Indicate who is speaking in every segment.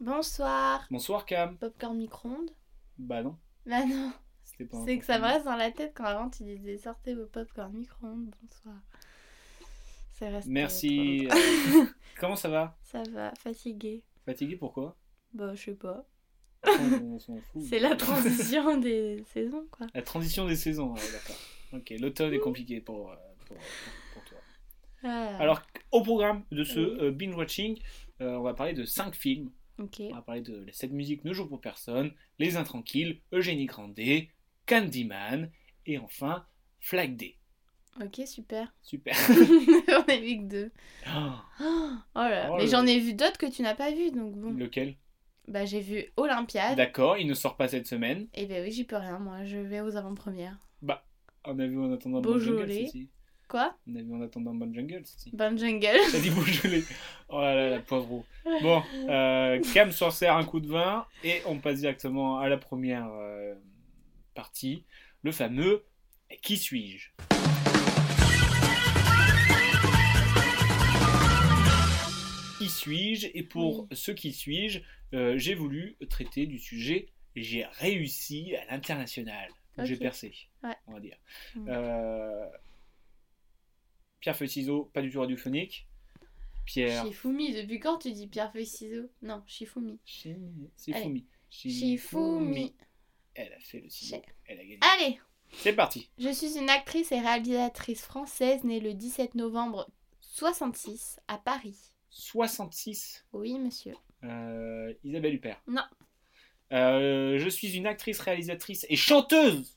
Speaker 1: Bonsoir.
Speaker 2: Bonsoir Cam.
Speaker 1: Popcorn micro-ondes
Speaker 2: Bah non.
Speaker 1: Bah non. C'est que ça me reste dans la tête quand avant tu disais sortez vos popcorn micro-ondes. Bonsoir. Ça reste. euh,
Speaker 2: Merci. Comment ça va
Speaker 1: Ça va. Fatigué.
Speaker 2: Fatigué pourquoi
Speaker 1: Bah je sais pas. C'est la transition des saisons, quoi.
Speaker 2: La transition des saisons, ouais, d'accord. Ok, l'automne est compliqué pour, euh, pour, pour, pour toi. Ah. Alors, au programme de ce euh, binge watching, euh, on va parler de 5 films.
Speaker 1: Okay.
Speaker 2: On va parler de Cette musique ne joue pour personne, Les Intranquilles, Eugénie Grandet, Candyman et enfin Flag Day.
Speaker 1: Ok, super.
Speaker 2: Super.
Speaker 1: j'en ai vu que deux. Oh, là. Oh, Mais le... j'en ai vu d'autres que tu n'as pas vu, donc bon.
Speaker 2: Lequel
Speaker 1: bah, j'ai vu Olympiade.
Speaker 2: D'accord, il ne sort pas cette semaine.
Speaker 1: Et eh ben oui, j'y peux rien, moi. Je vais aux avant-premières.
Speaker 2: Bah, on a vu en attendant Beaujolais. Bon Jungle, ceci.
Speaker 1: Quoi
Speaker 2: On a vu en attendant Bon Jungle, ceci.
Speaker 1: Bon Jungle.
Speaker 2: T'as dit Beaujolais. Oh là là, la poivreau. Bon, euh, Cam s'en sert un coup de vin et on passe directement à la première euh, partie. Le fameux Qui suis-je Qui suis-je Et pour oui. ce qui suis-je, euh, j'ai voulu traiter du sujet j'ai réussi à l'international. Okay. J'ai percé,
Speaker 1: ouais.
Speaker 2: on va dire. Mmh. Euh... Pierre Feuille Ciseaux, pas du tout radiophonique. Pierre.
Speaker 1: Shifumi, depuis quand tu dis Pierre Feuille Ciseaux Non, Shifumi.
Speaker 2: Shifumi. Shifumi.
Speaker 1: Shifumi.
Speaker 2: Elle a fait le ciseau. Elle a gagné.
Speaker 1: Allez
Speaker 2: C'est parti
Speaker 1: Je suis une actrice et réalisatrice française née le 17 novembre 66 à Paris.
Speaker 2: 66
Speaker 1: Oui, monsieur.
Speaker 2: Euh, Isabelle Huppert.
Speaker 1: Non.
Speaker 2: Euh, je suis une actrice, réalisatrice et chanteuse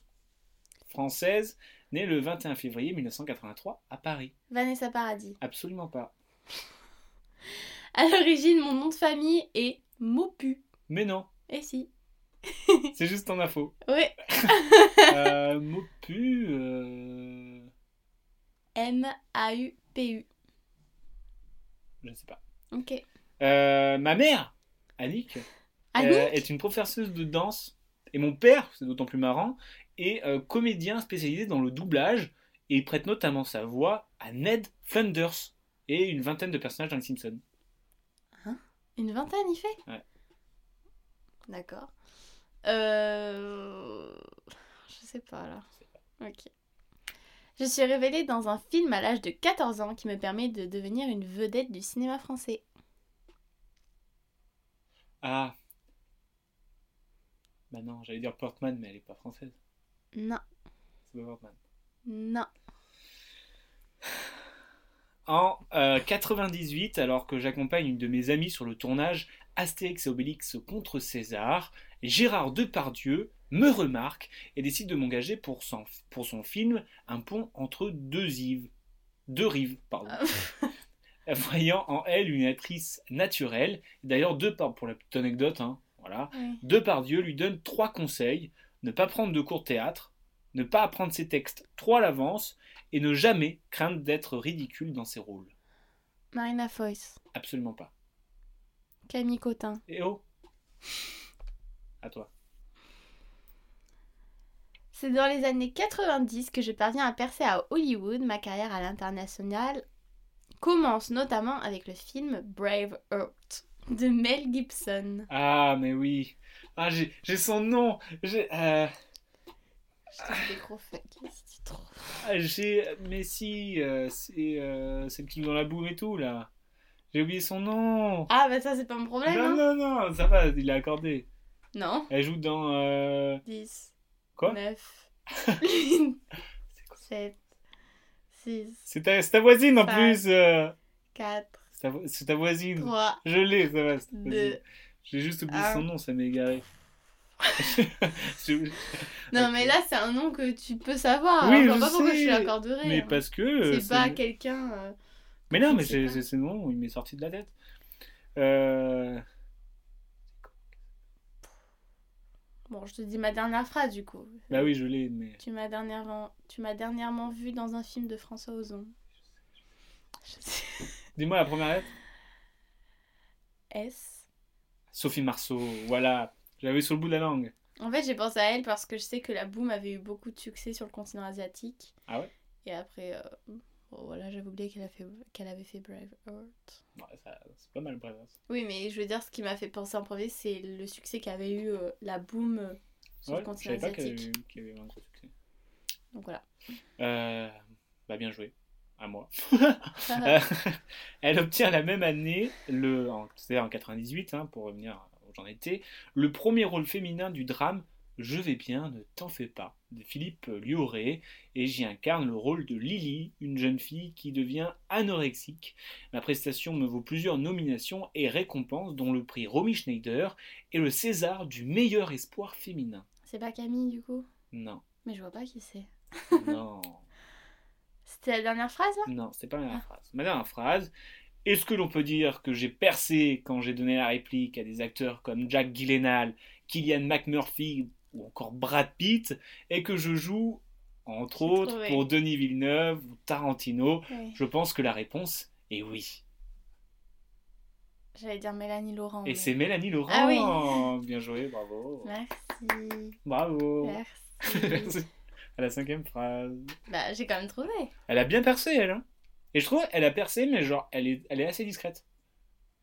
Speaker 2: française, née le 21 février 1983 à Paris.
Speaker 1: Vanessa Paradis.
Speaker 2: Absolument pas.
Speaker 1: À l'origine, mon nom de famille est Maupu.
Speaker 2: Mais non.
Speaker 1: Et si.
Speaker 2: C'est juste en info.
Speaker 1: Oui.
Speaker 2: euh, Maupu.
Speaker 1: M-A-U-P-U.
Speaker 2: Je ne sais pas.
Speaker 1: Ok.
Speaker 2: Euh, ma mère, Annick,
Speaker 1: Annick
Speaker 2: euh, est une professeuse de danse. Et mon père, c'est d'autant plus marrant, est euh, comédien spécialisé dans le doublage. Et il prête notamment sa voix à Ned Flanders et une vingtaine de personnages dans les Simpsons.
Speaker 1: Hein Une vingtaine, il fait
Speaker 2: Ouais.
Speaker 1: D'accord. Euh... Je sais pas, alors. Je sais pas. Ok. Je suis révélée dans un film à l'âge de 14 ans qui me permet de devenir une vedette du cinéma français.
Speaker 2: Ah. Bah non, j'allais dire Portman, mais elle est pas française.
Speaker 1: Non.
Speaker 2: C'est pas Portman.
Speaker 1: Non.
Speaker 2: En euh, 98, alors que j'accompagne une de mes amies sur le tournage Astérix et Obélix contre César, Gérard Depardieu me remarque et décide de m'engager pour son, pour son film Un pont entre deux Yves. Deux rives, pardon. voyant en elle une actrice naturelle. D'ailleurs, deux par pour la petite anecdote, hein, voilà,
Speaker 1: oui.
Speaker 2: deux par Dieu lui donne trois conseils ne pas prendre de cours de théâtre, ne pas apprendre ses textes trois à l'avance et ne jamais craindre d'être ridicule dans ses rôles.
Speaker 1: Marina Foïs.
Speaker 2: Absolument pas.
Speaker 1: Camille Cotin.
Speaker 2: Eh oh. À toi.
Speaker 1: C'est dans les années 90 que je parviens à percer à Hollywood. Ma carrière à l'international commence notamment avec le film Brave Heart de Mel Gibson.
Speaker 2: Ah, mais oui. Ah, j'ai son nom. J'ai. Euh...
Speaker 1: Je gros fuck, si tu trouves.
Speaker 2: Ah, j'ai. Mais si, euh, c'est euh, le film dans la boue et tout, là. J'ai oublié son nom.
Speaker 1: Ah, bah ça, c'est pas mon problème.
Speaker 2: Non,
Speaker 1: hein.
Speaker 2: non, non, ça va, il l'a accordé.
Speaker 1: Non.
Speaker 2: Elle joue dans. euh,
Speaker 1: 10.
Speaker 2: Quoi
Speaker 1: 9. 7.
Speaker 2: C'est ta, ta, voisine en 5, plus. Euh...
Speaker 1: 4.
Speaker 2: C'est ta, ta, voisine.
Speaker 1: 3,
Speaker 2: je l'ai, ça va.
Speaker 1: 2.
Speaker 2: J'ai juste oublié
Speaker 1: Ah.
Speaker 2: 1. son nom, ça m'est égaré.
Speaker 1: non, mais là, c'est un nom que tu peux savoir.
Speaker 2: Oui,
Speaker 1: Alors, je
Speaker 2: pas
Speaker 1: sais. pourquoi je l'accorderais.
Speaker 2: Mais hein. parce que.
Speaker 1: C'est pas quelqu'un. Euh...
Speaker 2: Mais non, mais c'est le nom, il m'est sorti de la tête. Euh...
Speaker 1: Bon, je te dis ma dernière phrase du coup.
Speaker 2: Bah oui, je l'ai, mais.
Speaker 1: Tu m'as dernièrement, tu m'as dernièrement vu dans un film de François Ozon. Je sais.
Speaker 2: Dis-moi la première lettre.
Speaker 1: S.
Speaker 2: Sophie Marceau, voilà. J'avais sur le bout de la langue.
Speaker 1: En fait, j'ai pensé à elle parce que je sais que la Boom avait eu beaucoup de succès sur le continent asiatique.
Speaker 2: Ah ouais
Speaker 1: Et après, euh, bon, voilà, j'avais oublié qu'elle a fait, qu'elle avait fait Brave Heart.
Speaker 2: Ouais, ça- c'est pas mal, bref.
Speaker 1: Oui, mais je veux dire, ce qui m'a fait penser en premier, c'est le succès qu'avait eu euh, la Boom euh, sur
Speaker 2: Ouais,
Speaker 1: le
Speaker 2: je
Speaker 1: continent
Speaker 2: savais pas qu'il y
Speaker 1: asiatique.
Speaker 2: avait eu- qu'il y avait eu un gros succès.
Speaker 1: Donc voilà.
Speaker 2: Euh, bah bien joué, à moi. Euh, elle obtient la même année, le, en- c'est-à-dire en 98, hein, pour revenir où j'en étais, le premier rôle féminin du drame Je vais bien, ne t'en fais pas, de Philippe Lioré, et j'y incarne le rôle de Lily, une jeune fille qui devient anorexique. Ma prestation me vaut plusieurs nominations et récompenses, dont le prix Romy Schneider et le César du meilleur espoir féminin.
Speaker 1: C'est pas Camille du coup
Speaker 2: Non,
Speaker 1: Mais je vois pas qui c'est.
Speaker 2: non.
Speaker 1: C'était la dernière phrase là
Speaker 2: Non, c'était pas ma dernière phrase. Ma dernière phrase, est-ce que l'on peut dire que j'ai percé quand j'ai donné la réplique à des acteurs comme Jack Gyllenhaal, Killian McMurphy ou encore Brad Pitt, et que je joue, entre
Speaker 1: J'ai
Speaker 2: autres,
Speaker 1: trouvé.
Speaker 2: pour Denis Villeneuve ou Tarantino
Speaker 1: Oui.
Speaker 2: Je pense que la réponse est oui.
Speaker 1: J'allais dire Mélanie Laurent.
Speaker 2: Et
Speaker 1: mais-
Speaker 2: c'est Mélanie Laurent
Speaker 1: Ah
Speaker 2: Bien joué, bravo
Speaker 1: Merci.
Speaker 2: Bravo
Speaker 1: Merci.
Speaker 2: À la cinquième phrase.
Speaker 1: bah, j'ai quand même trouvé.
Speaker 2: Elle a bien percé, elle. hein. Et je trouve, elle a percé, mais genre, elle est, elle est assez discrète.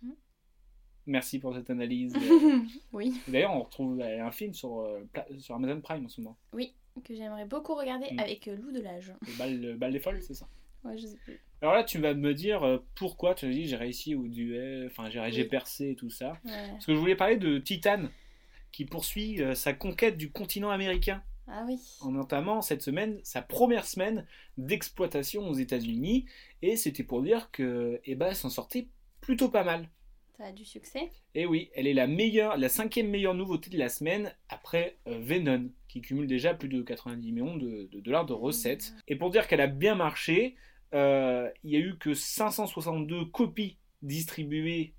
Speaker 1: Hmm.
Speaker 2: Merci pour cette analyse.
Speaker 1: oui.
Speaker 2: Et D'ailleurs, on retrouve euh, un film sur, euh, pla- sur Amazon Prime en ce moment.
Speaker 1: Oui, que j'aimerais beaucoup regarder
Speaker 2: Mm.
Speaker 1: avec euh, Lou Delage.
Speaker 2: Le bal, le bal des folles, c'est ça.
Speaker 1: Ouais, je sais plus.
Speaker 2: Alors là, tu vas me dire euh, pourquoi tu as dit j'ai réussi au duel, enfin j'ai j'ai
Speaker 1: Oui.
Speaker 2: percé et tout ça.
Speaker 1: Ouais.
Speaker 2: Parce que je voulais parler de Titan, qui poursuit euh, sa conquête du continent américain
Speaker 1: Ah oui.
Speaker 2: en entamant cette semaine sa première semaine d'exploitation aux États-Unis. Et c'était pour dire que, eh ben, elle s'en sortait plutôt pas mal.
Speaker 1: Ça a du succès.
Speaker 2: Et Eh oui, elle est la meilleure, la cinquième meilleure nouveauté de la semaine après euh, Venom, qui cumule déjà plus de 90 millions de, de dollars de recettes. Et pour dire qu'elle a bien marché, euh, il y a eu que 562 copies distribuées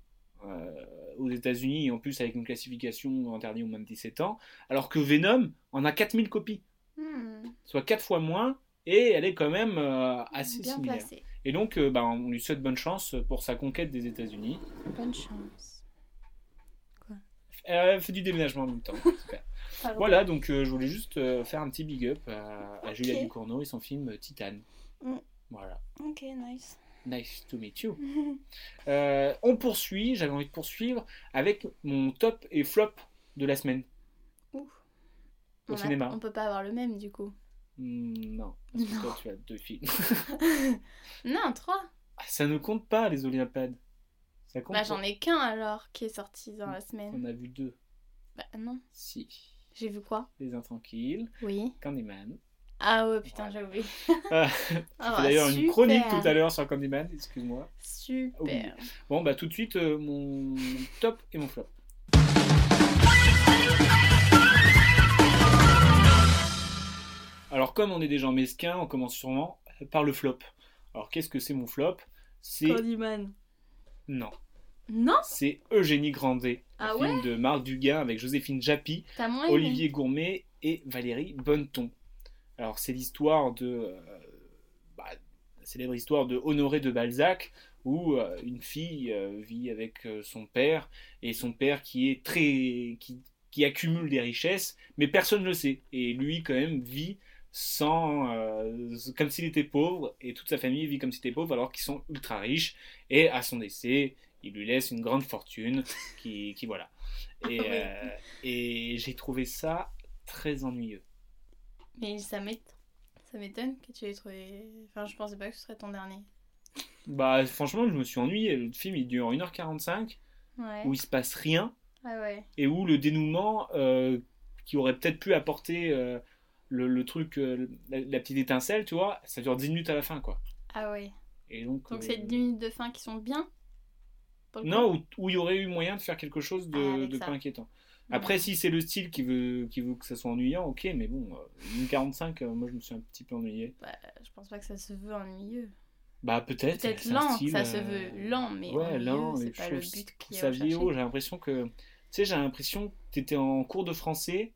Speaker 2: euh, aux États-Unis, et en plus avec une classification interdite aux moins de 17 ans, alors que Venom en a 4000 copies,
Speaker 1: Hmm,
Speaker 2: soit 4 fois moins, et elle est quand même euh, assez
Speaker 1: Bien
Speaker 2: similaire.
Speaker 1: placé.
Speaker 2: Et donc, euh, bah, on lui souhaite bonne chance pour sa conquête des États-Unis.
Speaker 1: Bonne chance.
Speaker 2: Elle fait du déménagement en même temps. Super.
Speaker 1: Pardon.
Speaker 2: Voilà, donc euh, je voulais juste euh, faire un petit big up à, à
Speaker 1: Ok.
Speaker 2: Julia Ducournau et son film euh, Titan.
Speaker 1: Mm.
Speaker 2: Voilà.
Speaker 1: Ok, nice.
Speaker 2: Nice to meet you. Euh, on poursuit, j'avais envie de poursuivre avec mon top et flop de la semaine.
Speaker 1: Ouh.
Speaker 2: Au
Speaker 1: On a-
Speaker 2: cinéma.
Speaker 1: On peut pas avoir le même du coup.
Speaker 2: Hmm, non, parce que
Speaker 1: Non.
Speaker 2: toi tu as deux films.
Speaker 1: non, trois.
Speaker 2: Ah, Ça ne compte pas les Olympiades. Ça compte.
Speaker 1: Bah,
Speaker 2: pas.
Speaker 1: j'en ai qu'un alors qui est sorti dans la semaine.
Speaker 2: On a vu deux.
Speaker 1: Bah, non.
Speaker 2: Si.
Speaker 1: J'ai vu quoi
Speaker 2: Les Intranquilles,
Speaker 1: Oui.
Speaker 2: Candyman.
Speaker 1: Ah ouais, putain, j'ai oublié.
Speaker 2: Ah,
Speaker 1: Ah,
Speaker 2: C'est d'ailleurs une
Speaker 1: super.
Speaker 2: chronique tout à l'heure sur Candyman, excuse-moi.
Speaker 1: Super.
Speaker 2: Bon, bah tout de suite, euh, mon top et mon flop. Alors, comme on est des gens mesquins, on commence sûrement euh, par le flop. Alors, qu'est-ce que c'est mon flop C'est.
Speaker 1: Candyman.
Speaker 2: Non,
Speaker 1: Non
Speaker 2: c'est Eugénie Grandet,
Speaker 1: Ah
Speaker 2: un film de Marc Duguin avec Joséphine Japy,
Speaker 1: T'as moins aimé
Speaker 2: Olivier Gourmet et Valérie Bonneton. Alors, c'est l'histoire de. euh, bah, la célèbre histoire de Honoré de Balzac, où euh, une fille euh, vit avec euh, son père, et son père qui est très. Qui, qui accumule des richesses, mais personne ne le sait. Et lui, quand même, vit sans. euh, comme s'il était pauvre, et toute sa famille vit comme s'il était pauvre, alors qu'ils sont ultra riches. Et à son décès, il lui laisse une grande fortune, qui, qui voilà. Et,
Speaker 1: Ah oui.
Speaker 2: euh, et j'ai trouvé ça très ennuyeux.
Speaker 1: Mais ça m'étonne. Ça m'étonne que tu aies trouvé. Enfin, je pensais pas que ce serait ton dernier.
Speaker 2: Bah, franchement, je me suis ennuyé. Le film, il dure 1h45,
Speaker 1: Ouais.
Speaker 2: où il se passe rien,
Speaker 1: Ah ouais.
Speaker 2: et où le dénouement, euh, qui aurait peut-être pu apporter euh, le, le truc, euh, la, la petite étincelle, tu vois, ça dure 10 minutes à la fin, quoi.
Speaker 1: Ah ouais.
Speaker 2: Et donc,
Speaker 1: Donc
Speaker 2: euh,
Speaker 1: c'est 10 minutes de fin qui sont bien Pour le coup
Speaker 2: Non, où- où il y aurait eu moyen de faire quelque chose
Speaker 1: Ah,
Speaker 2: de,
Speaker 1: avec
Speaker 2: de
Speaker 1: ça. Mhm.
Speaker 2: pas inquiétant. Après,
Speaker 1: Ouais.
Speaker 2: si c'est le style qui veut, qui veut que ça soit ennuyant, ok, mais bon, euh, 1h45, euh, moi, je me suis un petit peu ennuyé.
Speaker 1: Bah, je pense pas que ça se veut ennuyeux.
Speaker 2: Bah, peut-être.
Speaker 1: Peut-être
Speaker 2: c'est un
Speaker 1: lent,
Speaker 2: style,
Speaker 1: ça se
Speaker 2: euh,
Speaker 1: veut lent, mais
Speaker 2: Ouais,
Speaker 1: ennuyeux,
Speaker 2: lent,
Speaker 1: c'est
Speaker 2: et
Speaker 1: pas
Speaker 2: je
Speaker 1: le
Speaker 2: trouve-
Speaker 1: but
Speaker 2: je
Speaker 1: qui
Speaker 2: trouve
Speaker 1: est
Speaker 2: ça
Speaker 1: recherché.
Speaker 2: vieillot, j'ai l'impression que... Tu sais, j'ai l'impression que t'étais en cours de français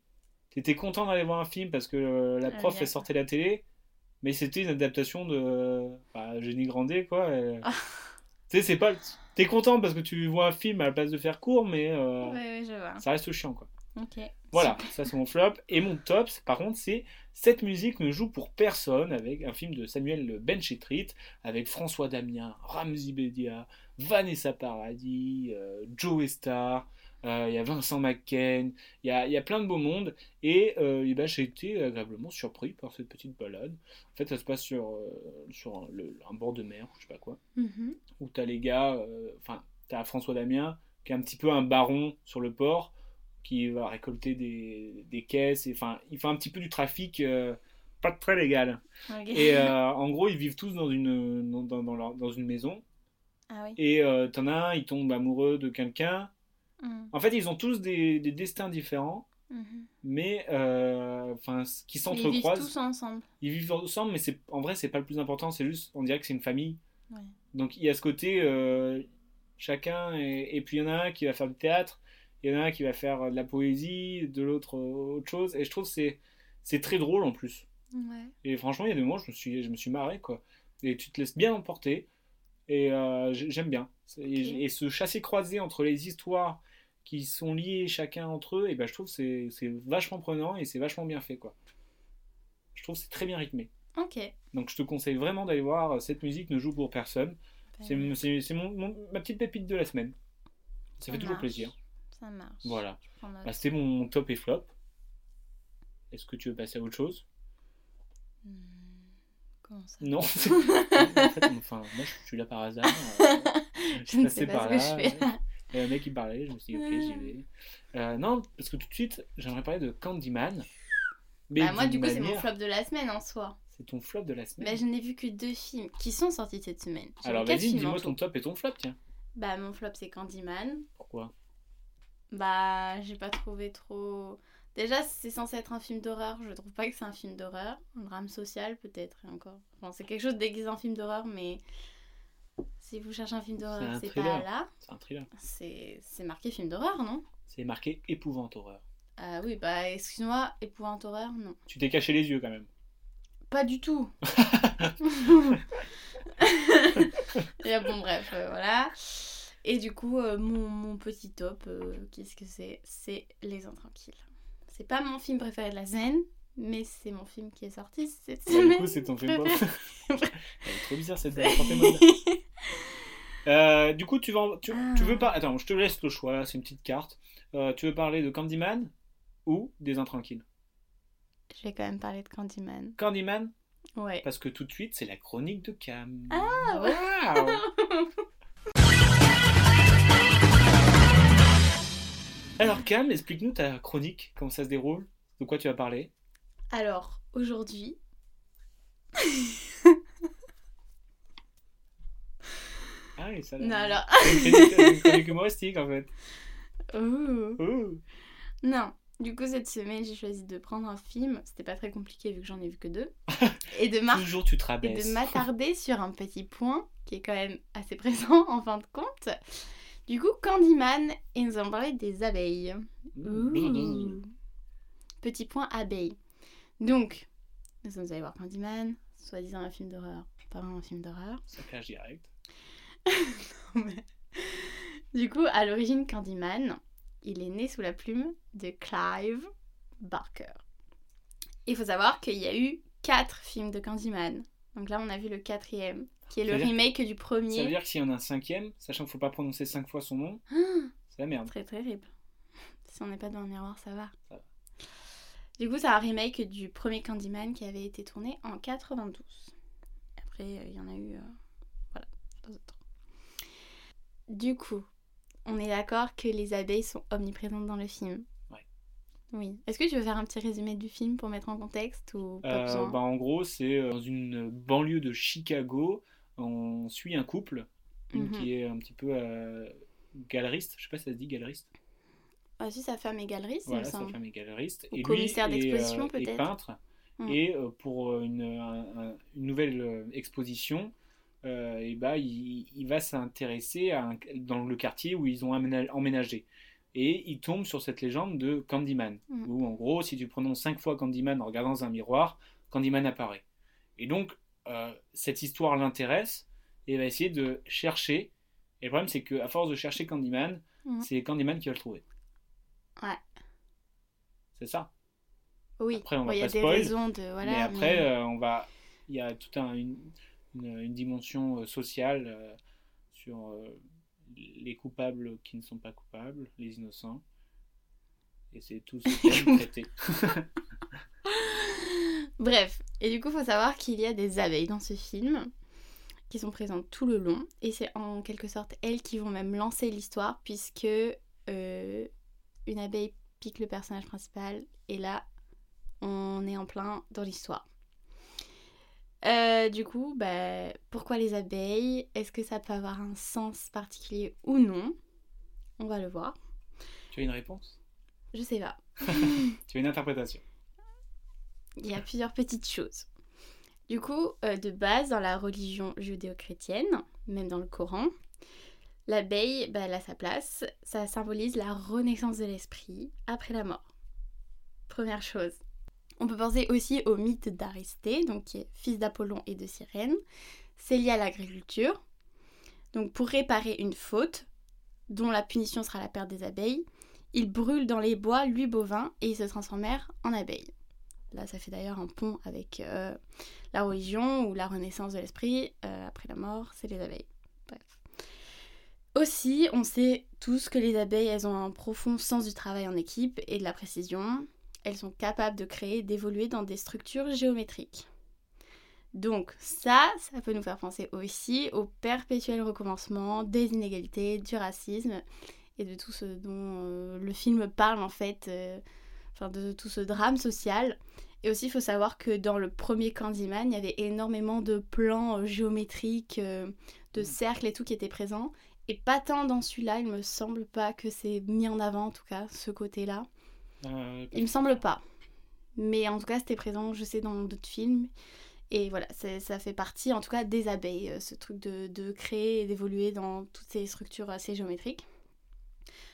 Speaker 2: T'étais content d'aller voir un film parce que euh, la
Speaker 1: Ah,
Speaker 2: prof,
Speaker 1: bien.
Speaker 2: elle sortait la télé, mais c'était une adaptation de euh, bah, Génie Grandet, quoi. et-
Speaker 1: Ah.
Speaker 2: tu sais, c'est pas. T'es content parce que tu vois un film à la place de faire court, mais euh,
Speaker 1: Oui, oui, je vois.
Speaker 2: ça reste chiant, quoi.
Speaker 1: Ok.
Speaker 2: Voilà, ça c'est mon flop. Et mon top, c'est- par contre, c'est Cette musique ne joue pour personne, avec un film de Samuel Benchetrit, avec François Damien, Ramzi Bedia, Vanessa Paradis, euh, Joe Star, il y a Vincent McCain, il y a, il y a plein de beaux mondes. Et, euh, eh ben, j'ai été agréablement surpris par cette petite balade. En fait, ça se passe sur, euh, sur un, le- un bord de mer, je sais pas quoi
Speaker 1: Mhm.
Speaker 2: où t'as les gars, euh, enfin, t'as François Damien, qui est un petit peu un baron sur le port, qui va récolter des, des caisses, et enfin, il fait un petit peu du trafic euh, pas très légal.
Speaker 1: Ok.
Speaker 2: Et euh, en gros, ils vivent tous dans une, dans, dans- dans leur- dans une maison,
Speaker 1: Ah oui.
Speaker 2: et euh, t'en as un, il tombe amoureux de quelqu'un.
Speaker 1: Mhm.
Speaker 2: En fait, ils ont tous des, des destins différents,
Speaker 1: Mhm.
Speaker 2: mais euh, enfin, c- qui
Speaker 1: Mais Ils vivent tous
Speaker 2: s'entrecroisent.
Speaker 1: ensemble.
Speaker 2: Ils vivent ensemble, mais c'est en vrai, c'est pas le plus important, c'est juste, on dirait que c'est une famille.
Speaker 1: Ouais.
Speaker 2: Donc il y a ce côté, euh, chacun, est- et puis il y en a un qui va faire du théâtre, il y en a un qui va faire euh, de la poésie, de l'autre euh, autre chose, et je trouve que c'est c'est très drôle en plus.
Speaker 1: Ouais.
Speaker 2: Et franchement, il y a des moments, je me suis, je me suis marré, quoi. Et tu te laisses bien emporter, et euh, j'ai- j'aime bien. C'est- Et, j- et ce chassé-croisé entre les histoires qui sont liées chacun entre eux, et ben, je trouve que c'est- c'est vachement prenant et c'est vachement bien fait, quoi. Je trouve que c'est très bien rythmé.
Speaker 1: Ok.
Speaker 2: Donc je te conseille vraiment d'aller voir euh, Cette musique ne joue pour personne.
Speaker 1: Ben,
Speaker 2: C'est c'est- c'est mon- mon- ma petite pépite de la semaine. Ça, fait toujours
Speaker 1: marche.
Speaker 2: plaisir.
Speaker 1: Ça marche.
Speaker 2: Voilà.
Speaker 1: Je prends note.
Speaker 2: Bah, C'était mon, mon top et flop. Est-ce que tu veux passer à autre chose
Speaker 1: Hmm. Comment ça
Speaker 2: Non. en fait, enfin, moi, je suis là par hasard. euh,
Speaker 1: Je ne
Speaker 2: passé
Speaker 1: sais pas ce que je fais.
Speaker 2: ouais. Il y a un mec qui parlait, je me suis dit, ok, j'y vais. Euh, non, parce que tout de suite, j'aimerais parler de Candyman. Mais
Speaker 1: Bah, moi,
Speaker 2: d'une
Speaker 1: du coup, c'est mon
Speaker 2: manière-
Speaker 1: flop Bah, de la semaine en soi.
Speaker 2: C'est ton flop de la semaine.
Speaker 1: Mais je n'ai vu que deux films qui sont sortis cette semaine. J'ai
Speaker 2: Alors,
Speaker 1: vu quatre
Speaker 2: vas-y,
Speaker 1: films en
Speaker 2: dis-moi
Speaker 1: tout.
Speaker 2: ton top et ton flop, tiens.
Speaker 1: Bah, mon flop, c'est Candyman.
Speaker 2: Pourquoi
Speaker 1: Bah, j'ai pas trouvé trop. Déjà, c'est censé être un film d'horreur. Je trouve pas que c'est un film d'horreur. Un drame social, peut-être, et encore. Enfin, c'est quelque chose de déguisé en film d'horreur, mais si vous cherchez un film d'horreur,
Speaker 2: un
Speaker 1: c'est
Speaker 2: thriller.
Speaker 1: pas là.
Speaker 2: C'est un thriller.
Speaker 1: C'est c'est marqué film d'horreur, non
Speaker 2: C'est marqué épouvante horreur.
Speaker 1: Ah oui, bah, excuse-moi, épouvante horreur, non.
Speaker 2: Tu t'es caché les yeux quand même.
Speaker 1: Pas du tout. Et bon, bref, euh, voilà. Et du coup, euh, mon, mon petit top, euh, qu'est-ce que c'est C'est Les Intranquilles. C'est pas mon film préféré de la scène, mais c'est mon film qui est sorti cette
Speaker 2: Bah,
Speaker 1: semaine.
Speaker 2: du coup, c'est ton film.
Speaker 1: préféré.
Speaker 2: Elle est trop bizarre cette blague, portez-moi bien. Euh, du coup, tu, vas, en- tu,
Speaker 1: Ah.
Speaker 2: tu veux pas. Attends, je te laisse le choix, là, c'est une petite carte. Euh, tu veux parler de Candyman ou des Intranquilles
Speaker 1: Je vais quand même parler de Candyman.
Speaker 2: Candyman,
Speaker 1: Ouais.
Speaker 2: parce que tout de suite, c'est la chronique de Cam.
Speaker 1: Ah, ouais.
Speaker 2: Waouh. Alors, Cam, explique-nous ta chronique, comment ça se déroule, de quoi tu vas parler.
Speaker 1: Alors, aujourd'hui.
Speaker 2: Ah, et ça, là,
Speaker 1: Non, alors.
Speaker 2: c'est une chronique- c'est une chronique humoristique en fait. Oh.
Speaker 1: Ouh.
Speaker 2: Ouh.
Speaker 1: Non. Du coup, cette semaine, j'ai choisi de prendre un film. C'était pas très compliqué vu que j'en ai vu que deux. Et de marquer.
Speaker 2: Toujours, tu te
Speaker 1: et de
Speaker 2: rabaisses.
Speaker 1: m'attarder sur un petit point qui est quand même assez présent en fin de compte. Du coup, Candyman, et nous allons parler des abeilles.
Speaker 2: Ouh. mmh.
Speaker 1: Ouh. Petit point abeille. Donc, nous sommes allés voir Candyman, soi-disant un film d'horreur. Pas vraiment un film d'horreur.
Speaker 2: Ça clash direct.
Speaker 1: Du coup, à l'origine, Candyman, il est né sous la plume de Clive Barker. Il faut savoir qu'il y a eu quatre films de Candyman. Donc là, on a vu le quatrième, qui est le
Speaker 2: Ça veut dire-
Speaker 1: remake du
Speaker 2: Ça veut
Speaker 1: premier.
Speaker 2: dire que s'il y en a un cinquième, sachant qu'il faut pas prononcer cinq fois son nom,
Speaker 1: Ah.
Speaker 2: c'est la merde.
Speaker 1: Très terrible. Si on n'est pas dans un miroir, ça va.
Speaker 2: Ça va.
Speaker 1: Du coup, c'est un remake du premier Candyman qui avait été tourné en 92. Après, euh, il y en a eu. euh, voilà, deux autres. Du coup, on est d'accord que les abeilles sont omniprésentes dans le film.
Speaker 2: Ouais.
Speaker 1: Oui. Est-ce que tu veux faire un petit résumé du film pour mettre en contexte ou pas
Speaker 2: Euh,
Speaker 1: besoin
Speaker 2: bah, en gros, c'est euh, dans une banlieue de Chicago, on suit un couple une
Speaker 1: Mhm.
Speaker 2: qui est un petit peu euh, galeriste, je sais pas si ça se dit galeriste.
Speaker 1: Ah, si, sa femme est galeriste, il
Speaker 2: Voilà,
Speaker 1: me
Speaker 2: sa
Speaker 1: semble.
Speaker 2: femme est galeriste.
Speaker 1: Ou
Speaker 2: et lui
Speaker 1: commissaire
Speaker 2: est,
Speaker 1: d'exposition,
Speaker 2: euh, est
Speaker 1: peut-être.
Speaker 2: peintre.
Speaker 1: Mhm.
Speaker 2: Et euh, pour euh, une, un- un- une nouvelle euh, exposition, euh, et bah, il, il va s'intéresser à un- dans le quartier où ils ont aména- emménagé. et il tombe sur cette légende de Candyman,
Speaker 1: Mm.
Speaker 2: Mmh. où en gros, si tu prononces cinq fois Candyman en regardant dans un miroir, Candyman apparaît. Et donc, euh, cette histoire l'intéresse et il va essayer de chercher. Et le problème, c'est qu'à force de chercher Candyman,
Speaker 1: Mm.
Speaker 2: c'est Candyman qui va le trouver.
Speaker 1: Ouais.
Speaker 2: C'est ça.
Speaker 1: Oui,
Speaker 2: Après, on va
Speaker 1: il y a
Speaker 2: pas
Speaker 1: des
Speaker 2: spoil,
Speaker 1: raisons de. Voilà,
Speaker 2: mais après,
Speaker 1: mais-
Speaker 2: euh, on va, il y a toute une, une- une dimension euh, sociale euh, sur euh, les coupables qui ne sont pas coupables, les innocents. Et c'est tout ce thème traité.
Speaker 1: Bref, et du coup, faut savoir qu'il y a des abeilles dans ce film qui sont présentes tout le long, et c'est en quelque sorte elles qui vont même lancer l'histoire, puisque euh, une abeille pique le personnage principal, et là, on est en plein dans l'histoire. Euh, du coup, bah, pourquoi les abeilles Est-ce que ça peut avoir un sens particulier ou non On va le voir.
Speaker 2: tu as une réponse
Speaker 1: Je sais pas.
Speaker 2: Tu as une interprétation
Speaker 1: Il y a plusieurs petites choses. Du coup, euh, de base, dans la religion judéo-chrétienne, même dans le Coran, l'abeille, bah, elle a sa place. Ça symbolise la renaissance de l'esprit après la mort. Première chose. On peut penser aussi au mythe d'Aristée, donc qui est fils d'Apollon et de Sirène. C'est lié à l'agriculture. Donc pour réparer une faute, dont la punition sera la perte des abeilles, il brûle dans les bois lui bovin et il se transformèrent en abeille. Là, ça fait d'ailleurs un pont avec euh, la religion ou la renaissance de l'esprit. euh, après la mort, c'est les abeilles. Bref. Aussi, on sait tous que les abeilles, elles ont un profond sens du travail en équipe et de la précision. Elles sont capables de créer, d'évoluer dans des structures géométriques. Donc ça, ça peut nous faire penser aussi au perpétuel recommencement des inégalités, du racisme et de tout ce dont euh, le film parle en fait, euh, enfin de tout ce drame social. Et aussi, il faut savoir que dans le premier Candyman, il y avait énormément de plans euh, géométriques, euh, de cercles et tout qui étaient présents. Et pas tant dans celui-là, il me semble pas que c'est mis en avant, en tout cas, ce côté-là.
Speaker 2: Euh,
Speaker 1: Il me semble pas. Mais en tout cas, c'était présent, je sais, dans d'autres films. Et voilà, c'est- ça fait partie, en tout cas, des abeilles, euh, ce truc de, de créer et d'évoluer dans toutes ces structures assez géométriques.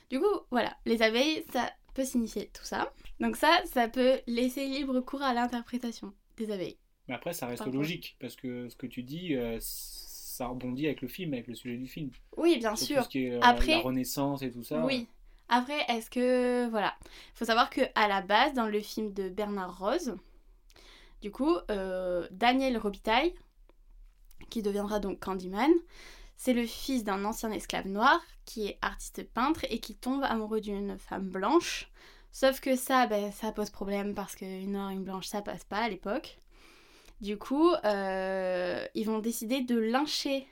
Speaker 1: Du coup, voilà, les abeilles, ça peut signifier tout ça. Donc ça, ça peut laisser libre cours à l'interprétation des abeilles.
Speaker 2: Mais après, ça reste
Speaker 1: Pardon.
Speaker 2: logique, parce que ce que tu dis, euh, ça rebondit avec le film, avec le sujet du film.
Speaker 1: Oui, bien
Speaker 2: Sur
Speaker 1: sûr.
Speaker 2: tout ce qui est, euh,
Speaker 1: Après-
Speaker 2: la Renaissance et tout ça.
Speaker 1: Oui. Après, est-ce que voilà, faut savoir que à la base, dans le film de Bernard Rose, du coup, euh, Daniel Robitaille, qui deviendra donc Candyman, c'est le fils d'un ancien esclave noir qui est artiste peintre et qui tombe amoureux d'une femme blanche. Sauf que ça, ben, ça pose problème parce qu'une noire, une blanche, ça passe pas à l'époque. Du coup, euh, ils vont décider de lyncher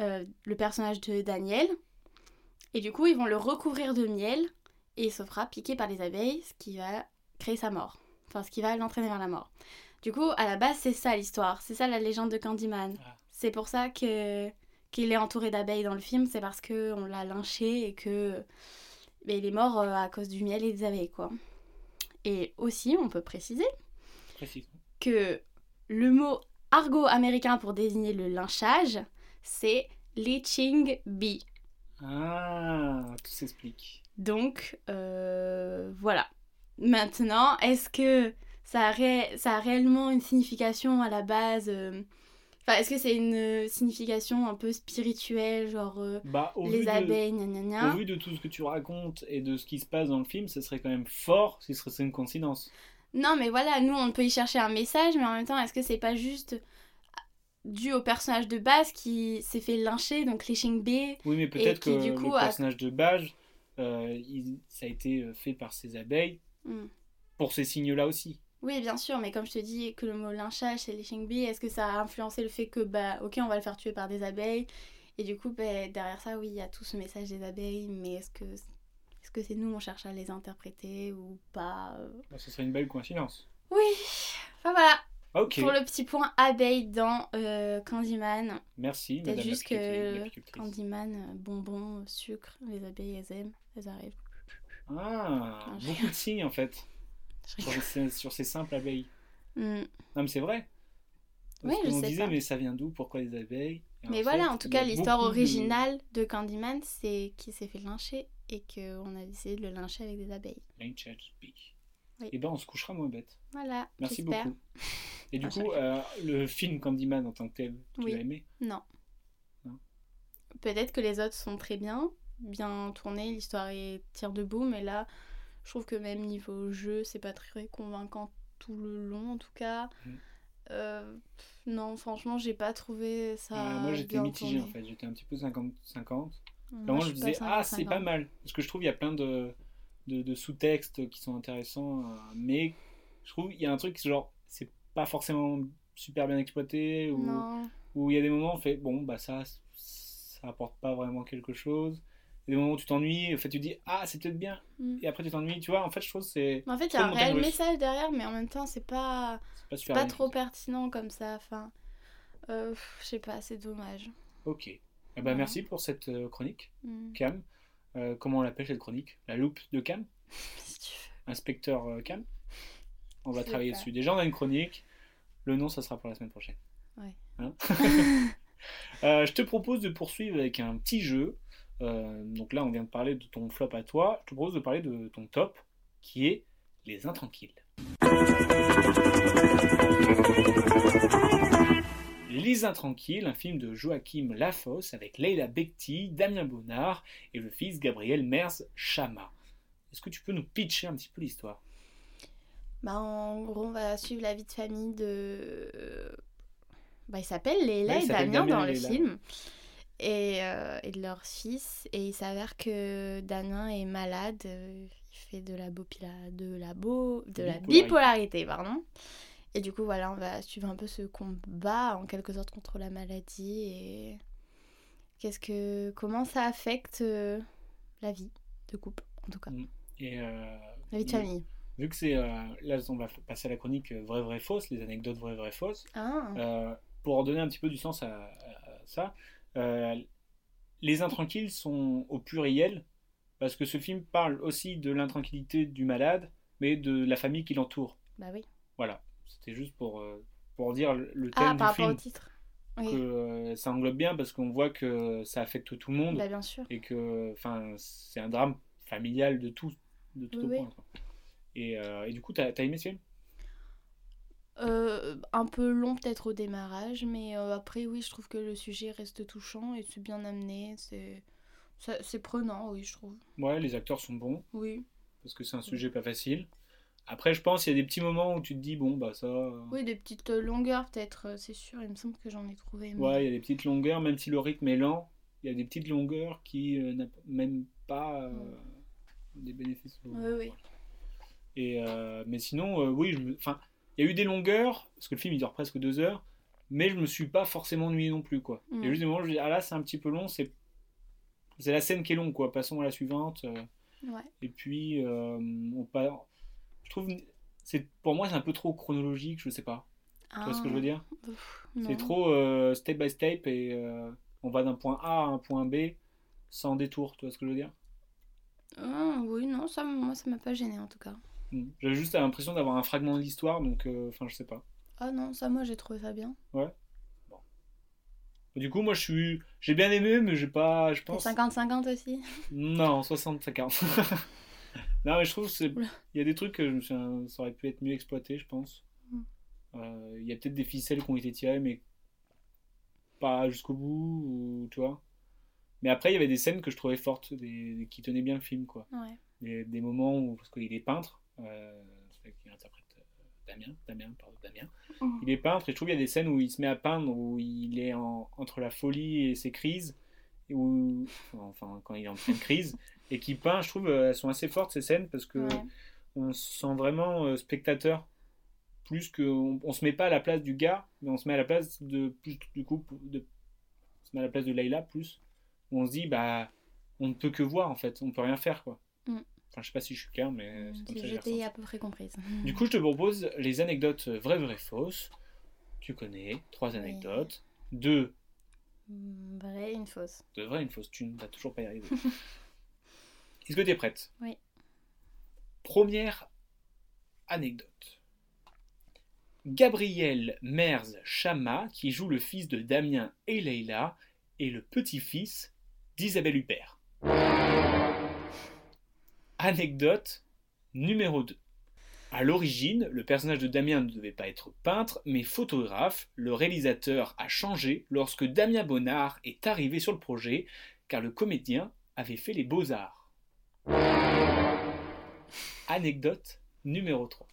Speaker 1: euh, le personnage de Daniel et du coup, ils vont le recouvrir de miel et il se fera piquer par les abeilles, ce qui va créer sa mort. Enfin, ce qui va l'entraîner vers la mort. Du coup, à la base, c'est ça l'histoire. C'est ça la légende de Candyman.
Speaker 2: Ah.
Speaker 1: C'est pour ça que qu'il est entouré d'abeilles dans le film. C'est parce que on l'a lynché et que mais il est mort euh, à cause du miel et des abeilles, quoi. Et aussi, on peut préciser
Speaker 2: Précisément.
Speaker 1: que le mot argot américain pour désigner le lynchage, c'est lynching bee.
Speaker 2: Ah, tout s'explique.
Speaker 1: Donc, euh, voilà. Maintenant, est-ce que ça a, ré- ça a réellement une signification à la base euh, Enfin, est-ce que c'est une euh, signification un peu spirituelle, genre euh,
Speaker 2: Bah, au vu
Speaker 1: les
Speaker 2: de-
Speaker 1: abeilles, gna gna
Speaker 2: Au
Speaker 1: gna
Speaker 2: vu de tout ce que tu racontes et de ce qui se passe dans le film, ce serait quand même fort si ce serait une coïncidence.
Speaker 1: Non, mais voilà, nous, on peut y chercher un message, mais en même temps, est-ce que c'est pas juste dû au personnage de base qui s'est fait lyncher, donc Lynching B
Speaker 2: Oui, mais peut-être
Speaker 1: qui,
Speaker 2: que
Speaker 1: du coup,
Speaker 2: le
Speaker 1: a-
Speaker 2: personnage de Bage, euh, il- ça a été euh, fait par ces abeilles
Speaker 1: Hmm.
Speaker 2: pour ces signes-là aussi.
Speaker 1: Oui, bien sûr, mais comme je te dis que le mot lynchage c'est lynching bee, est-ce que ça a influencé le fait que, bah, ok, on va le faire tuer par des abeilles Et du coup, bah, derrière ça, oui, il y a tout ce message des abeilles, mais est-ce que est-ce que c'est nous, on cherche à les interpréter ou pas euh
Speaker 2: Bah, ce serait une belle coïncidence.
Speaker 1: Oui Enfin voilà,
Speaker 2: Ok,
Speaker 1: pour le petit point abeille dans euh, Candyman.
Speaker 2: merci.
Speaker 1: Peut-être
Speaker 2: madame la
Speaker 1: juste
Speaker 2: piqueterie- la
Speaker 1: que
Speaker 2: piquetrice.
Speaker 1: Candyman, euh, bonbons, sucre, les abeilles, elles aiment, elles arrivent.
Speaker 2: Ah,
Speaker 1: Ah, je-
Speaker 2: beaucoup de signes en fait
Speaker 1: Je
Speaker 2: sur
Speaker 1: rigole.
Speaker 2: ces, sur ces simples abeilles.
Speaker 1: Hmm.
Speaker 2: Non, mais c'est vrai.
Speaker 1: Oui, je
Speaker 2: on
Speaker 1: sais
Speaker 2: disait,
Speaker 1: pas.
Speaker 2: mais ça vient d'où Pourquoi les abeilles Et
Speaker 1: Mais
Speaker 2: en
Speaker 1: voilà,
Speaker 2: fait,
Speaker 1: en tout
Speaker 2: il y a
Speaker 1: cas, l'histoire
Speaker 2: beaucoup de-
Speaker 1: originale de Candyman, c'est qui s'est fait lyncher et qu'on a décidé de le lyncher avec des abeilles.
Speaker 2: Rain Church Peak.
Speaker 1: Oui.
Speaker 2: Et ben on se couchera moins bête.
Speaker 1: Voilà,
Speaker 2: Merci
Speaker 1: j'espère.
Speaker 2: beaucoup. Et du
Speaker 1: Ah,
Speaker 2: coup, euh, le film Candyman en tant que tel, tu
Speaker 1: Oui.
Speaker 2: l'as aimé
Speaker 1: Non.
Speaker 2: Non.
Speaker 1: Peut-être que les autres sont très bien, bien tournés, l'histoire est tire debout, mais là, je trouve que même niveau jeu, c'est pas très convaincant tout le long en tout cas.
Speaker 2: Mhm.
Speaker 1: Euh, pff, non, franchement, j'ai pas trouvé ça.
Speaker 2: Euh, Moi j'étais
Speaker 1: Ah, bien
Speaker 2: mitigé en
Speaker 1: tourné. Mm,
Speaker 2: fait, j'étais un petit peu 50-50.
Speaker 1: Moi,
Speaker 2: Vraiment, je,
Speaker 1: suis pas
Speaker 2: disais, ah, c'est
Speaker 1: 50-50.
Speaker 2: pas mal. Parce que je trouve il y a plein de, de, de sous-textes qui sont intéressants, euh, mais je trouve il y a un truc, genre, c'est pas forcément super bien exploité, ou
Speaker 1: Non,
Speaker 2: ou il y a des moments où on fait, bon, bah ça, ça apporte pas vraiment quelque chose. Il y a des moments où tu t'ennuies, en fait tu dis, ah, c'est peut-être bien,
Speaker 1: Mm.
Speaker 2: et après tu t'ennuies, tu vois, en fait je trouve que c'est
Speaker 1: Mais en fait, il y
Speaker 2: Trop
Speaker 1: a un
Speaker 2: montagne
Speaker 1: réel
Speaker 2: russe.
Speaker 1: message derrière, mais en même temps, c'est pas,
Speaker 2: c'est pas super
Speaker 1: pas
Speaker 2: bien
Speaker 1: trop
Speaker 2: fait.
Speaker 1: pertinent comme ça. Enfin, euh, pff, je sais pas, c'est dommage.
Speaker 2: Ok. Eh ben,
Speaker 1: Voilà.
Speaker 2: Merci pour cette euh, chronique,
Speaker 1: Mm.
Speaker 2: Cam. Euh, comment on l'appelle cette chronique La loupe de Cam
Speaker 1: Si tu veux.
Speaker 2: Inspecteur euh, Cam On va
Speaker 1: Je sais
Speaker 2: travailler
Speaker 1: pas.
Speaker 2: dessus. Déjà, on a une chronique. Le nom, ça sera pour la semaine prochaine.
Speaker 1: Ouais.
Speaker 2: Hein Euh, je te propose de poursuivre avec un petit jeu. Euh, donc là, on vient de parler de ton flop à toi. Je te propose de parler de ton top, qui est Les Intranquilles. Les Intranquilles, un film de Joachim Lafosse avec Leila Bekti, Damien Bonnard et le fils Gabriel Merz Chama. Est-ce que tu peux nous pitcher un petit peu l'histoire
Speaker 1: Bah, en gros, on va suivre la vie de famille de. Bah, ils s'appellent Léla
Speaker 2: Ouais, ils
Speaker 1: et
Speaker 2: s'appellent
Speaker 1: Damien
Speaker 2: Damien
Speaker 1: dans
Speaker 2: et
Speaker 1: le
Speaker 2: Léla.
Speaker 1: film. Et, euh, et de leur fils. Et il s'avère que Damien est malade. euh, Il fait de la, bopila- de la, beau- de la
Speaker 2: Bipolarité.
Speaker 1: bipolarité. pardon. Et du coup, voilà, on va suivre un peu ce combat en quelque sorte contre la maladie. Et qu'est-ce que. Comment ça affecte euh, la vie de couple, en tout cas.
Speaker 2: Mm. Et euh,
Speaker 1: La vie de
Speaker 2: vu-
Speaker 1: famille.
Speaker 2: Vu que c'est. euh, là, on va passer à la chronique euh, vraie, vraie, fausse, les anecdotes vraies, vraies, fausses.
Speaker 1: Ah,
Speaker 2: Euh, pour donner un petit peu du sens à, à ça, euh, les intranquilles sont au pluriel, parce que ce film parle aussi de l'intranquillité du malade, mais de la famille qui l'entoure.
Speaker 1: bah oui.
Speaker 2: Voilà. C'était juste pour, euh, pour dire le thème
Speaker 1: Ah, par
Speaker 2: du
Speaker 1: rapport au
Speaker 2: film.
Speaker 1: titre.
Speaker 2: Que
Speaker 1: Oui.
Speaker 2: euh, ça englobe bien, parce qu'on voit que ça affecte tout le monde,
Speaker 1: Bah, bien sûr.
Speaker 2: et que enfin, c'est un drame familial de tout, de tout
Speaker 1: Oui,
Speaker 2: au
Speaker 1: oui.
Speaker 2: point. quoi. Et, euh, et du coup, t'as as aimé ce film
Speaker 1: Euh, un peu long peut-être au démarrage, mais euh, après, oui, je trouve que le sujet reste touchant et c'est bien amené. C'est ça- c'est prenant, oui, je trouve.
Speaker 2: Ouais, les acteurs sont bons
Speaker 1: Oui,
Speaker 2: parce que c'est
Speaker 1: Mm.
Speaker 2: un sujet pas facile. Après, je pense qu'il y a des petits moments où tu te dis, bon, bah ça. euh,
Speaker 1: oui des petites longueurs peut-être, euh, c'est sûr. Il me semble que j'en ai trouvé. mais-
Speaker 2: Ouais, il y a des petites longueurs, même si le rythme est lent, il y a des petites longueurs qui euh, n'a même pas euh,
Speaker 1: Ouais.
Speaker 2: des bénéfices. au-
Speaker 1: Ouais, ouais.
Speaker 2: Et, euh, mais sinon, euh, oui, je me- enfin, il y a eu des longueurs, parce que le film il dure presque deux heures, mais je me suis pas forcément ennuyé non plus. Quoi. Il y a
Speaker 1: Mm.
Speaker 2: juste des moments où je dis, ah là, c'est un petit peu long, c'est c'est la scène qui est longue, quoi. passons à la suivante. euh.
Speaker 1: Ouais.
Speaker 2: Et puis, euh, on part... je trouve, c'est pour moi, c'est un peu trop chronologique, je sais pas.
Speaker 1: Ah,
Speaker 2: Tu vois ce que je veux dire C'est trop euh, step by step et euh, on va d'un point A à un point B sans détour, tu vois ce que je veux dire
Speaker 1: Ah, oui, non, ça, moi, ça m'a pas gêné en tout cas.
Speaker 2: Mm. J'avais juste l'impression d'avoir un fragment de l'histoire, donc, euh, enfin, je sais pas.
Speaker 1: Ah non, ça, moi, j'ai trouvé ça bien.
Speaker 2: Du coup, moi, je suis, j'ai bien aimé, mais j'ai pas, je
Speaker 1: T'es
Speaker 2: pense.
Speaker 1: 50-50 aussi
Speaker 2: Non, 60-50. non, mais je trouve que c'est-
Speaker 1: Oula.
Speaker 2: il y a des trucs que je me suis- ça aurait pu être mieux exploité, je pense.
Speaker 1: Mm.
Speaker 2: Euh, Il y a peut-être des ficelles qui ont été tirées, mais pas jusqu'au bout, ou tu vois. Mais après, il y avait des scènes que je trouvais fortes, des... qui tenaient bien le film, quoi.
Speaker 1: Ouais.
Speaker 2: des, des moments où, parce qu'il est peintre, euh, c'est qui interprète euh, Damien, Damien, pardon, Damien.
Speaker 1: Mhm.
Speaker 2: Il est peintre et je trouve qu'il y a des scènes où il se met à peindre, où il est en- entre la folie et ses crises, et où, enfin, quand il est en pleine crise, et qui peint, je trouve, euh, elles sont assez fortes ces scènes parce que euh,
Speaker 1: Ouais.
Speaker 2: on se sent vraiment euh, spectateur. Plus que on, on se met pas à la place du gars, mais on se met à la place de plus du coup de on se met à la place de Layla plus. On se dit bah on ne peut que voir en fait, on peut rien faire quoi.
Speaker 1: Mm.
Speaker 2: Enfin je sais pas si je suis clair mais c'est comme ça que j'ai
Speaker 1: J'étais
Speaker 2: ressenti.
Speaker 1: à peu près comprise.
Speaker 2: Du coup je te propose les anecdotes vraies vraies fausses. Tu connais trois anecdotes, deux
Speaker 1: Mm, Vrai, une fausse.
Speaker 2: de vraies une fausse. Tu ne vas toujours pas y arriver. Est-ce que tu es prête
Speaker 1: Oui.
Speaker 2: Première anecdote. Gabriel Merz Chama, qui joue le fils de Damien et Leila, est le petit-fils d'Isabelle Huppert. Anecdote numéro 2. À l'origine, le personnage de Damien ne devait pas être peintre, mais photographe. Le réalisateur a changé lorsque Damien Bonnard est arrivé sur le projet, car le comédien avait fait les beaux-arts. Anecdote numéro 3.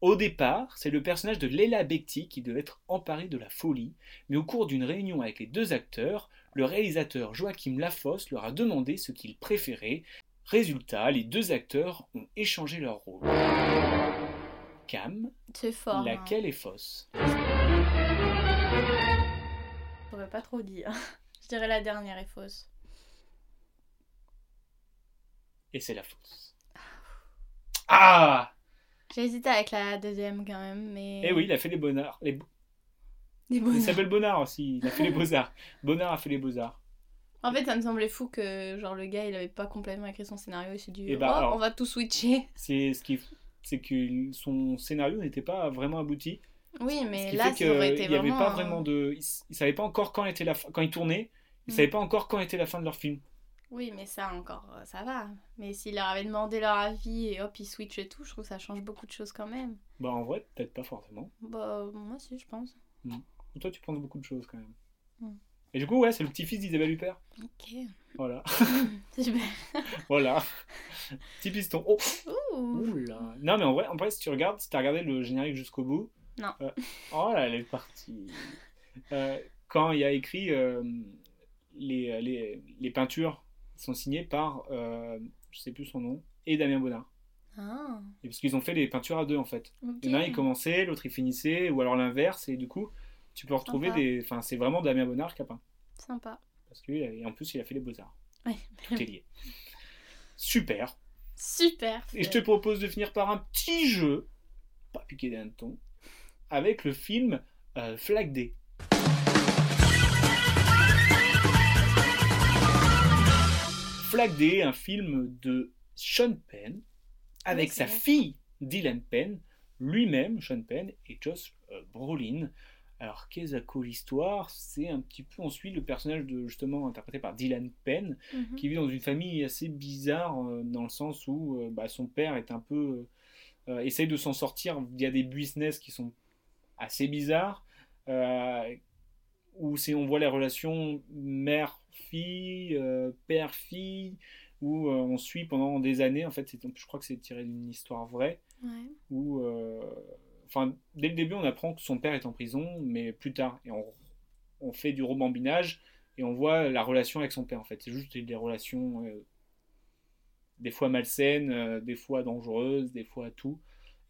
Speaker 2: Au départ, c'est le personnage de Leila Bekti qui devait être emparé de la folie, mais au cours d'une réunion avec les deux acteurs, le réalisateur Joachim Lafosse leur a demandé ce qu'ils préféraient. Résultat, les deux acteurs ont échangé leur rôle. Cam,
Speaker 1: C'est fort. hein.
Speaker 2: laquelle est fausse
Speaker 1: Je pourrais pas trop dire. Je dirais la dernière est fausse.
Speaker 2: Et c'est la fausse. Ah
Speaker 1: J'ai hésité avec la deuxième quand même, mais.
Speaker 2: Eh oui, il a fait les bonards. Les... bo-
Speaker 1: Des
Speaker 2: Il
Speaker 1: bonnes.
Speaker 2: s'appelle Bonnard aussi, il a fait les beaux-arts. Bonnard a fait les beaux-arts.
Speaker 1: En fait, ça me semblait fou que genre le gars il avait pas complètement écrit son scénario et s'est dit
Speaker 2: Eh ben,
Speaker 1: oh,
Speaker 2: alors-
Speaker 1: on va tout switcher.
Speaker 2: C'est ce qui c'est que son scénario n'était pas vraiment abouti.
Speaker 1: Oui,
Speaker 2: ce
Speaker 1: mais
Speaker 2: qui
Speaker 1: là
Speaker 2: fait
Speaker 1: ça aurait été
Speaker 2: qu'il n'y avait
Speaker 1: vraiment. euh,
Speaker 2: pas
Speaker 1: un-
Speaker 2: vraiment de. Ils ne savaient pas encore quand était la fin- quand ils tournaient. Ils
Speaker 1: Mm.
Speaker 2: savaient pas encore quand était la fin de leur film.
Speaker 1: Oui, mais ça encore, euh, ça va. Mais s'il leur avait demandé leur avis et hop, ils switchaient tout, je trouve que ça change beaucoup de choses quand même.
Speaker 2: Bah en vrai, peut-être pas forcément.
Speaker 1: Bah, moi si, je pense.
Speaker 2: Toi, tu penses beaucoup de choses quand même.
Speaker 1: Mm.
Speaker 2: Et du coup, ouais, c'est le petit-fils d'Isabelle Huppert.
Speaker 1: Ok.
Speaker 2: Voilà,
Speaker 1: Super.
Speaker 2: voilà. Petit piston. Oh,
Speaker 1: Ouh.
Speaker 2: oula. Non, mais en vrai, en vrai, si tu regardes, si t'as regardé le générique jusqu'au bout.
Speaker 1: Non.
Speaker 2: euh, oh là, elle est partie. Euh, quand il y a écrit euh, les, euh, les, les peintures sont signées par, euh, je sais plus son nom, et Damien Bonnard.
Speaker 1: Ah,
Speaker 2: Et parce qu'ils ont fait les peintures à deux en fait.
Speaker 1: ok.
Speaker 2: Il y en a un, il commençait, l'autre il finissait, ou alors l'inverse, et du coup, tu peux retrouver
Speaker 1: Sympa.
Speaker 2: des. Enfin, c'est vraiment Damien Bonnard qui a peint.
Speaker 1: Sympa.
Speaker 2: Parce que, et en plus, il a fait les beaux-arts.
Speaker 1: Ouais.
Speaker 2: Tout est lié. Super.
Speaker 1: Super.
Speaker 2: Et je
Speaker 1: fait.
Speaker 2: te propose de finir par un petit jeu, pas piqué d'un ton, avec le film euh, Flag Day. Flag Day, un film de Sean Penn avec
Speaker 1: Oui, c'est
Speaker 2: sa
Speaker 1: vrai.
Speaker 2: fille Dylan Penn, lui-même Sean Penn et Josh euh, Brolin. Alors, qu'est-ce que l'histoire C'est un petit peu, on suit le personnage de justement interprété par Dylan Penn,
Speaker 1: Mhm.
Speaker 2: qui vit dans une famille assez bizarre euh, dans le sens où euh, bah, son père est un peu euh, euh, essaye de s'en sortir via des business qui sont assez bizarres euh, où c'est on voit les relations mère fille père fille où euh, on suit pendant des années en fait c'est- je crois que c'est tiré d'une histoire vraie
Speaker 1: Ouais.
Speaker 2: où, euh, enfin, dès le début, on apprend que son père est en prison, mais plus tard, et on, on fait du rebambinage et on voit la relation avec son père. En fait, c'est juste des, des relations euh, des fois malsaines, euh, des fois dangereuses, des fois tout.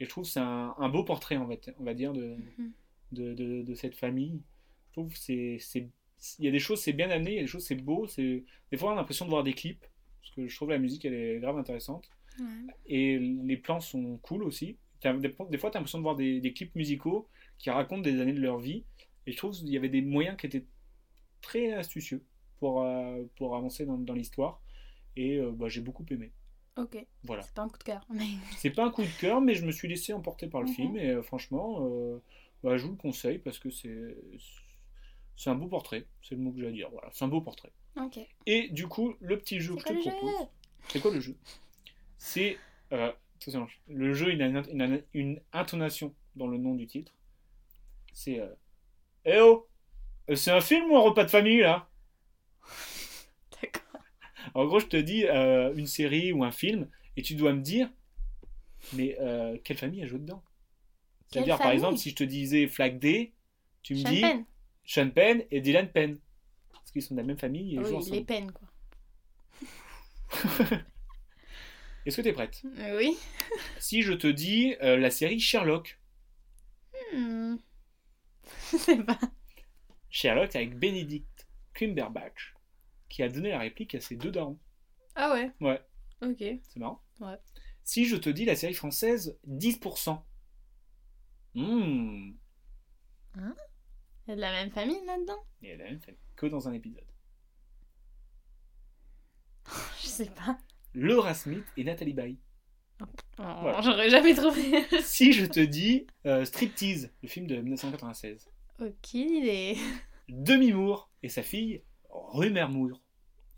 Speaker 2: Et je trouve que c'est un, un beau portrait, en fait, on va dire, de,
Speaker 1: Mhm.
Speaker 2: de, de- de cette famille. Je trouve que c'est, c'est- il y a des choses, c'est bien amené, il y a des choses, c'est beau. C'est, des fois, on a l'impression de voir des clips, parce que je trouve la musique, elle est grave intéressante
Speaker 1: Ouais.
Speaker 2: et les plans sont cool aussi. T'as- Des, des fois, tu as l'impression de voir des, des clips musicaux qui racontent des années de leur vie. Et je trouve qu'il y avait des moyens qui étaient très astucieux pour, euh, pour avancer dans, dans l'histoire. Et euh, bah, j'ai beaucoup aimé.
Speaker 1: Ok.
Speaker 2: Voilà.
Speaker 1: C'est pas un coup de cœur. Mais...
Speaker 2: C'est pas un coup de cœur, mais je me suis laissé emporter par le
Speaker 1: Mhm.
Speaker 2: film. Et euh, franchement, euh, bah, je vous le conseille parce que c'est c'est un beau portrait. C'est le mot que j'ai à dire. Voilà, c'est un beau portrait.
Speaker 1: Ok.
Speaker 2: Et du coup, le petit jeu que je
Speaker 1: C'est quoi
Speaker 2: te
Speaker 1: le jeu
Speaker 2: propose. C'est quoi le jeu C'est. euh, attention, le jeu, il a une, il a une intonation dans le nom du titre. C'est. euh, eh oh Euh, C'est un film ou un repas de famille, là
Speaker 1: D'accord.
Speaker 2: En gros, je te dis euh, une série ou un film, et tu dois me dire. Mais euh, quelle famille a joué dedans
Speaker 1: Quelle
Speaker 2: C'est-à-dire, par
Speaker 1: famille
Speaker 2: exemple, si je te disais Flag Day, tu me
Speaker 1: Sean
Speaker 2: dis
Speaker 1: Penn.
Speaker 2: Sean Penn et Dylan Penn. Parce qu'ils sont de la même famille et ils
Speaker 1: Oui,
Speaker 2: jouent
Speaker 1: les
Speaker 2: ensemble.
Speaker 1: peines quoi.
Speaker 2: Est-ce que tu es prête
Speaker 1: Mais Euh, Oui.
Speaker 2: Si je te dis euh, la série Sherlock,
Speaker 1: Hmm. Je sais pas.
Speaker 2: Sherlock avec Benedict Cumberbatch, qui a donné la réplique à ses deux darons.
Speaker 1: Ah ouais.
Speaker 2: Ouais.
Speaker 1: Ok.
Speaker 2: C'est marrant.
Speaker 1: Ouais.
Speaker 2: Si je te dis la série française 10%. Hmm.
Speaker 1: Il y a de la même famille là-dedans
Speaker 2: Il y a la même famille que dans un épisode.
Speaker 1: Je sais pas.
Speaker 2: Laura Smith et Nathalie Baye.
Speaker 1: Oh,
Speaker 2: Voilà.
Speaker 1: J'aurais jamais trouvé.
Speaker 2: si je te dis euh, Striptease, le film de 1996.
Speaker 1: Aucune idée.
Speaker 2: Demi Moore et sa fille Rumer Moore.